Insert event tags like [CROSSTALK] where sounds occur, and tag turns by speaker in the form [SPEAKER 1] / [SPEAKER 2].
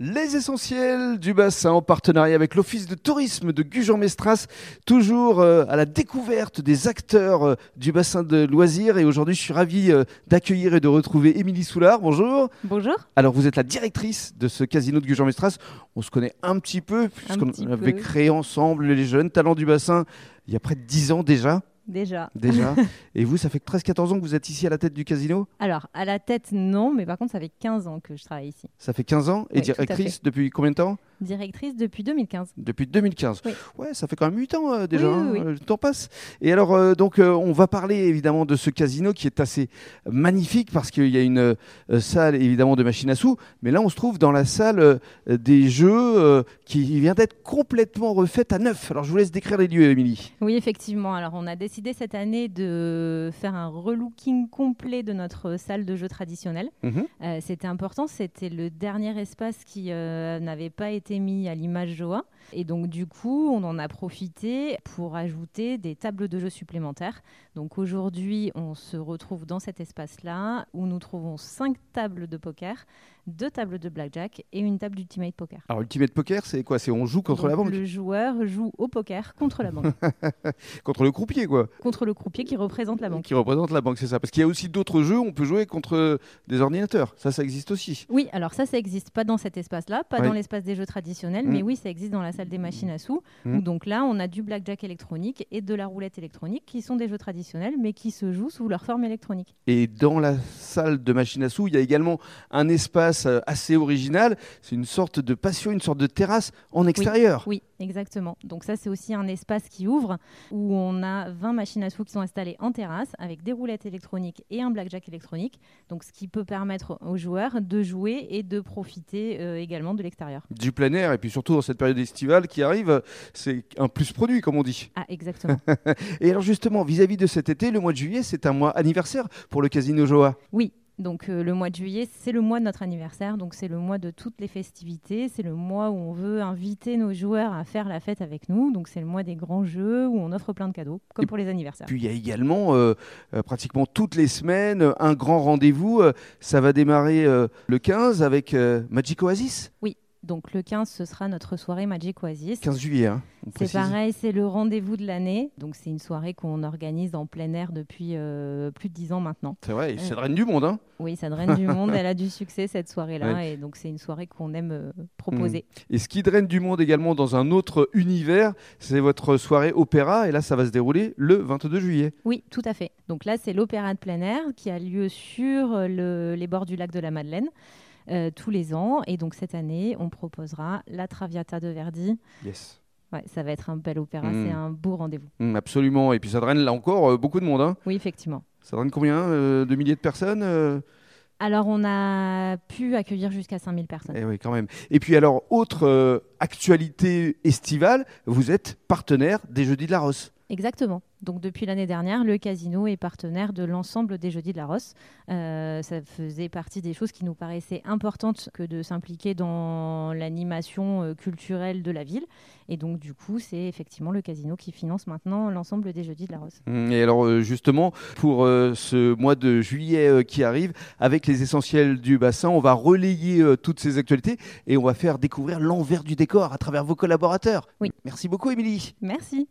[SPEAKER 1] Les essentiels du bassin en partenariat avec l'Office de tourisme de Gujan-Mestras, toujours euh, à la découverte des acteurs euh, du bassin de loisirs. Et aujourd'hui, je suis ravi euh, d'accueillir et de retrouver Émilie Soulard. Bonjour.
[SPEAKER 2] Bonjour.
[SPEAKER 1] Alors, vous êtes la directrice de ce casino de Gujan-Mestras. On se connaît un petit peu,
[SPEAKER 2] petit
[SPEAKER 1] puisqu'on
[SPEAKER 2] peu.
[SPEAKER 1] avait créé ensemble les jeunes talents du bassin il y a près de 10 ans déjà.
[SPEAKER 2] Déjà. [LAUGHS]
[SPEAKER 1] déjà. et vous, ça fait 13-14 ans que vous êtes ici à la tête du casino
[SPEAKER 2] Alors, à la tête, non, mais par contre, ça fait 15 ans que je travaille ici.
[SPEAKER 1] Ça fait 15 ans. Et
[SPEAKER 2] Oui, tout à fait.
[SPEAKER 1] directrice depuis combien de temps
[SPEAKER 2] Directrice depuis 2015.
[SPEAKER 1] Depuis 2015.
[SPEAKER 2] Oui.
[SPEAKER 1] Ouais, ça fait quand même 8 ans euh, déjà.
[SPEAKER 2] Oui,
[SPEAKER 1] hein,
[SPEAKER 2] oui, oui.
[SPEAKER 1] Le temps passe. Et alors, euh, donc, euh, on va parler évidemment de ce casino qui est assez magnifique parce qu'il y a une euh, salle évidemment de machines à sous. Mais là, on se trouve dans la salle euh, des jeux euh, qui vient d'être complètement refaite à neuf. Alors, je vous laisse décrire les lieux, Émilie.
[SPEAKER 2] Oui, effectivement. Alors, on a décidé cette année de faire un relooking complet de notre salle de jeu traditionnelle. Euh, c'était important, c'était le dernier espace qui euh, n'avait pas été mis à l'image Joa. Et donc du coup, on en a profité pour ajouter des tables de jeu supplémentaires. Donc aujourd'hui, on se retrouve dans cet espace-là où nous trouvons cinq tables de poker, deux tables de blackjack et une table d'ultimate poker.
[SPEAKER 1] Alors, Ultimate Poker, c'est quoi C'est on joue contre
[SPEAKER 2] Donc,
[SPEAKER 1] la banque,
[SPEAKER 2] Le joueur joue au poker contre
[SPEAKER 1] [LAUGHS]
[SPEAKER 2] la banque,
[SPEAKER 1] contre le croupier, quoi.
[SPEAKER 2] contre le croupier qui représente la banque.
[SPEAKER 1] Qui représente la banque, c'est ça. Parce qu'il y a aussi d'autres jeux, on peut jouer contre euh, des ordinateurs. Ça, ça existe aussi.
[SPEAKER 2] Oui, alors ça, ça existe pas dans cet espace-là, pas
[SPEAKER 1] Ouais.
[SPEAKER 2] dans l'espace des jeux traditionnels,
[SPEAKER 1] Mm.
[SPEAKER 2] mais oui, ça existe dans la salle des machines à sous.
[SPEAKER 1] Mm.
[SPEAKER 2] où donc là, on a du blackjack électronique et de la roulette électronique, qui sont des jeux traditionnels, mais qui se jouent sous leur forme électronique.
[SPEAKER 1] Et dans la salle de machine à sous, il y a également un espace euh, assez original. C'est une sorte de patio, une sorte de terrasse en extérieur.
[SPEAKER 2] Oui, exactement. Donc ça, c'est aussi un espace qui ouvre, où on a 20 machines à sous qui sont installées en terrasse, avec des roulettes électroniques et un blackjack électronique, donc ce qui peut permettre aux joueurs de jouer et de profiter euh, également de l'extérieur.
[SPEAKER 1] Du plein air, et puis surtout dans cette période estivale qui arrive, euh, c'est un plus produit, comme on dit.
[SPEAKER 2] Ah, exactement.
[SPEAKER 1] Et alors justement, vis-à-vis de cet été, le mois de juillet, c'est un mois anniversaire pour le Casino Joa.
[SPEAKER 2] Oui, donc euh, le mois de juillet, c'est le mois de notre anniversaire, donc c'est le mois de toutes les festivités, c'est le mois où on veut inviter nos joueurs à faire la fête avec nous, donc c'est le mois des grands jeux où on offre plein de cadeaux, comme
[SPEAKER 1] Et
[SPEAKER 2] pour les anniversaires.
[SPEAKER 1] Puis il y a également, euh, euh, pratiquement toutes les semaines, euh, un grand rendez-vous. Euh, ça va démarrer euh, le 15 avec euh, Magic Oasis,
[SPEAKER 2] Donc le 15, ce sera notre soirée Magic Oasis.
[SPEAKER 1] 15 juillet. hein, on
[SPEAKER 2] C'est
[SPEAKER 1] précise.
[SPEAKER 2] pareil, c'est le rendez-vous de l'année. Donc c'est une soirée qu'on organise en plein air depuis euh, plus de 10 ans maintenant.
[SPEAKER 1] C'est vrai, et c'est la reine du monde. Hein.
[SPEAKER 2] Oui, ça draine
[SPEAKER 1] [LAUGHS]
[SPEAKER 2] du monde, elle a du succès cette soirée-là. Et donc c'est une soirée qu'on aime euh, proposer.
[SPEAKER 1] Et ce qui draine du monde également dans un autre univers, c'est votre soirée opéra. Et là, ça va se dérouler le 22 juillet.
[SPEAKER 2] Oui, tout à fait. Donc là, c'est l'opéra de plein air qui a lieu sur euh, le- les bords du lac de la Madeleine euh, tous les ans. Et donc cette année, on proposera la Traviata de Verdi.
[SPEAKER 1] Yes.
[SPEAKER 2] Ouais, ça va être un bel opéra,
[SPEAKER 1] Mm.
[SPEAKER 2] c'est un beau rendez-vous.
[SPEAKER 1] Hum, absolument. Et puis ça draine là encore euh, beaucoup de monde. hein.
[SPEAKER 2] Oui, effectivement.
[SPEAKER 1] Ça draine combien euh, De milliers de personnes euh
[SPEAKER 2] Alors, on a pu accueillir jusqu'à 5000 personnes.
[SPEAKER 1] Eh oui, quand même. Et puis alors, autre euh, actualité estivale, vous êtes partenaire des Jeudis de la Rosse.
[SPEAKER 2] Exactement. Donc depuis l'année dernière, le casino est partenaire de l'ensemble des Jeudis de la Rosse. Euh, ça faisait partie des choses qui nous paraissaient importantes que de s'impliquer dans l'animation euh, culturelle de la ville. Et donc du coup, c'est effectivement le casino qui finance maintenant l'ensemble des Jeudis de la Rosse.
[SPEAKER 1] Mm, Et alors euh, justement, pour euh, ce mois de juillet euh, qui arrive, avec les essentiels du bassin, on va relayer euh, toutes ces actualités et on va faire découvrir l'envers du décor à travers vos collaborateurs.
[SPEAKER 2] Oui.
[SPEAKER 1] Merci beaucoup Émilie.
[SPEAKER 2] Merci.